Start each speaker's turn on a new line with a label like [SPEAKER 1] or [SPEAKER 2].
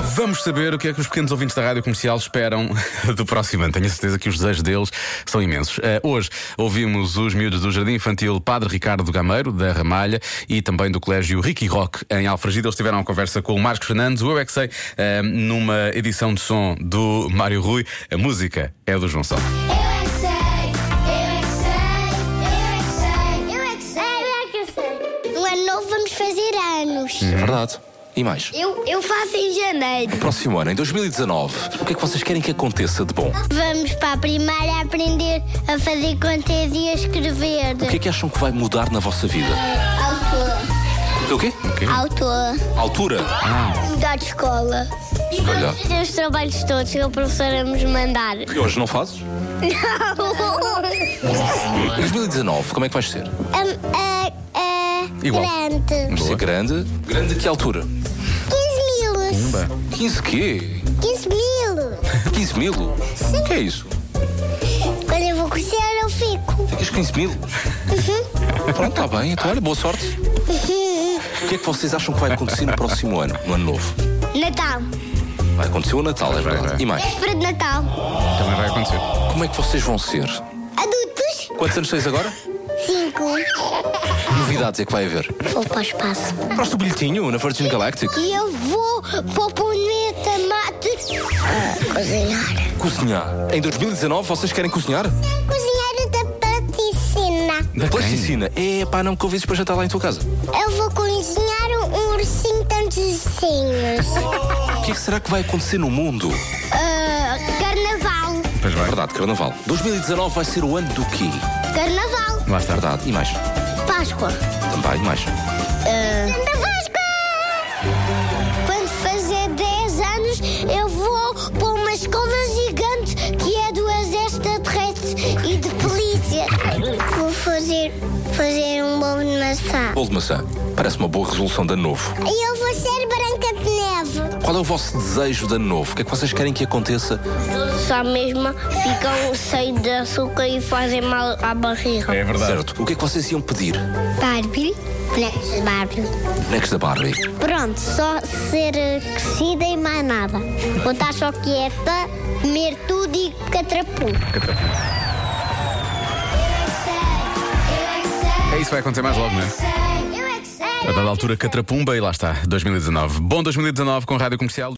[SPEAKER 1] Vamos saber o que é que os pequenos ouvintes da rádio comercial esperam do próximo ano. Tenho a certeza que os desejos deles são imensos. Eh, hoje ouvimos os miúdos do Jardim Infantil Padre Ricardo Gameiro, da Ramalha, e também do Colégio Ricky Rock, em Alfragida. Eles tiveram uma conversa com o Marcos Fernandes, o Eu é que sei, eh, numa edição de som do Mário Rui. A música é do João Só.
[SPEAKER 2] Eu é que sei, eu é que sei, eu é que sei, eu é que sei, eu é que sei. No ano novo vamos fazer anos.
[SPEAKER 3] É verdade. E mais?
[SPEAKER 2] Eu, eu faço em janeiro.
[SPEAKER 3] Próximo ano, em 2019, o que é que vocês querem que aconteça de bom?
[SPEAKER 2] Vamos para a primária aprender a fazer contas e a escrever.
[SPEAKER 3] O que é que acham que vai mudar na vossa vida?
[SPEAKER 2] Autor.
[SPEAKER 3] O quê? Ah,
[SPEAKER 2] Autor.
[SPEAKER 3] Altura?
[SPEAKER 2] Mudar de escola. E
[SPEAKER 3] Olha.
[SPEAKER 2] vamos fazer os trabalhos todos que a professora nos mandar.
[SPEAKER 3] Que hoje não fazes?
[SPEAKER 2] Não!
[SPEAKER 3] 2019, como é que vais ser?
[SPEAKER 1] Igual.
[SPEAKER 2] ah, grande.
[SPEAKER 3] Vais ser grande? Grande a que altura?
[SPEAKER 2] 15 mil.
[SPEAKER 3] 15 quê?
[SPEAKER 2] 15 mil.
[SPEAKER 3] 15 mil? O que é isso?
[SPEAKER 2] Quando eu vou crescer, eu fico.
[SPEAKER 3] Ficas 15 mil? Pronto, está bem. Então, olha, boa sorte. O que é que vocês acham que vai acontecer no próximo ano, no ano novo?
[SPEAKER 2] Natal.
[SPEAKER 3] Vai acontecer o Natal, é verdade. E mais?
[SPEAKER 2] Véspera de Natal.
[SPEAKER 1] Também vai acontecer.
[SPEAKER 3] Como é que vocês vão ser?
[SPEAKER 2] Adultos.
[SPEAKER 3] Quantos anos tens agora?
[SPEAKER 2] Cinco.
[SPEAKER 3] Novidades é que vai haver.
[SPEAKER 2] Vou para o espaço.
[SPEAKER 3] Compraste o bilhetinho na Virgin Galactic?
[SPEAKER 2] E eu vou para o planeta Marte. Ah, Cozinhar.
[SPEAKER 3] Cozinhar. Em 2019 vocês querem cozinhar?
[SPEAKER 2] Cozinhar da patricina.
[SPEAKER 3] Na plasticina. É pá, não me convides para jantar lá em tua casa.
[SPEAKER 2] Eu vou cozinhar um, um ursinho tantos ursinhos.
[SPEAKER 3] O que é que será que vai acontecer no mundo?
[SPEAKER 2] Ah, carnaval.
[SPEAKER 1] Pois
[SPEAKER 3] É
[SPEAKER 1] vai.
[SPEAKER 3] verdade, carnaval. 2019 vai ser o ano do quê?
[SPEAKER 2] Carnaval.
[SPEAKER 1] Lá está.
[SPEAKER 3] Verdade. E mais?
[SPEAKER 2] Páscoa.
[SPEAKER 3] Também, mais.
[SPEAKER 2] Santa Páscoa! Quando fazer 10 anos, eu vou para uma escola gigante que é do exército de redes e de polícia. Vou fazer, fazer um bolo de maçã.
[SPEAKER 3] Bolo de maçã. Parece uma boa resolução de ano novo.
[SPEAKER 2] E eu vou ser Branca de Neve.
[SPEAKER 3] Qual é o vosso desejo de ano novo? O que é que vocês querem que aconteça?
[SPEAKER 2] Só mesmo ficam cheios de açúcar e fazem mal à barriga.
[SPEAKER 1] É verdade.
[SPEAKER 3] Certo. O que é que vocês iam pedir?
[SPEAKER 2] Barbie? Bonecos de Barbie.
[SPEAKER 3] Bonecos da Barbie.
[SPEAKER 2] Pronto, só ser eh, crescida e mais nada. Vou estar só quieta, comer tudo e catrapu.
[SPEAKER 1] É isso que vai acontecer mais logo, não é? A dada altura, Catrapumba e lá está, 2019. Bom 2019 com Rádio Comercial.